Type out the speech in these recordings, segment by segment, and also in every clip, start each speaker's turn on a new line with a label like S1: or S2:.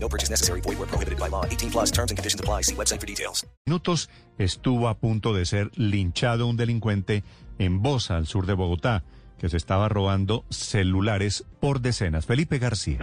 S1: No purchase necessary. Void where prohibited by law. 18 plus terms and conditions apply. See website for details.
S2: minutos estuvo a punto de ser linchado un delincuente en Bosa, al sur de Bogotá, que se estaba robando celulares por decenas. Felipe García.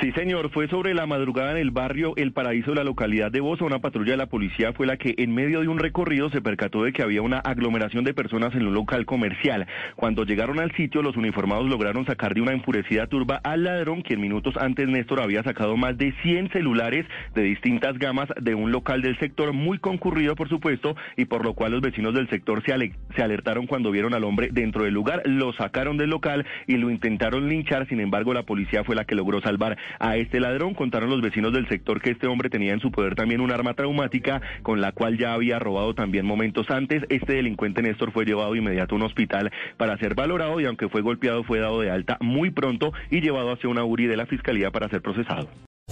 S3: Sí, señor, fue sobre la madrugada en el barrio El Paraíso, la localidad de Bosa. Una patrulla de la policía fue la que en medio de un recorrido se percató de que había una aglomeración de personas en un local comercial. Cuando llegaron al sitio, los uniformados lograron sacar de una enfurecida turba al ladrón, quien minutos antes Néstor había sacado más de 100 celulares de distintas gamas de un local del sector muy concurrido, por supuesto, y por lo cual los vecinos del sector se, ale- se alertaron cuando vieron al hombre dentro del lugar, lo sacaron del local y lo intentaron linchar, sin embargo la policía fue la que logró salvar a este ladrón. Contaron los vecinos del sector que este hombre tenía en su poder también un arma traumática con la cual ya había robado también momentos antes. Este delincuente Néstor fue llevado de inmediato a un hospital para ser valorado y aunque fue golpeado fue dado de alta muy pronto y llevado hacia una URI de la fiscalía para ser procesado.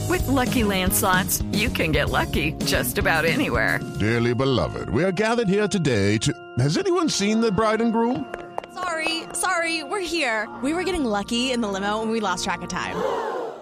S4: With Lucky Land slots, you can get lucky just about anywhere.
S5: Dearly beloved, we are gathered here today to. Has anyone seen the bride and groom?
S6: Sorry, sorry, we're here. We were getting lucky in the limo and we lost track of time.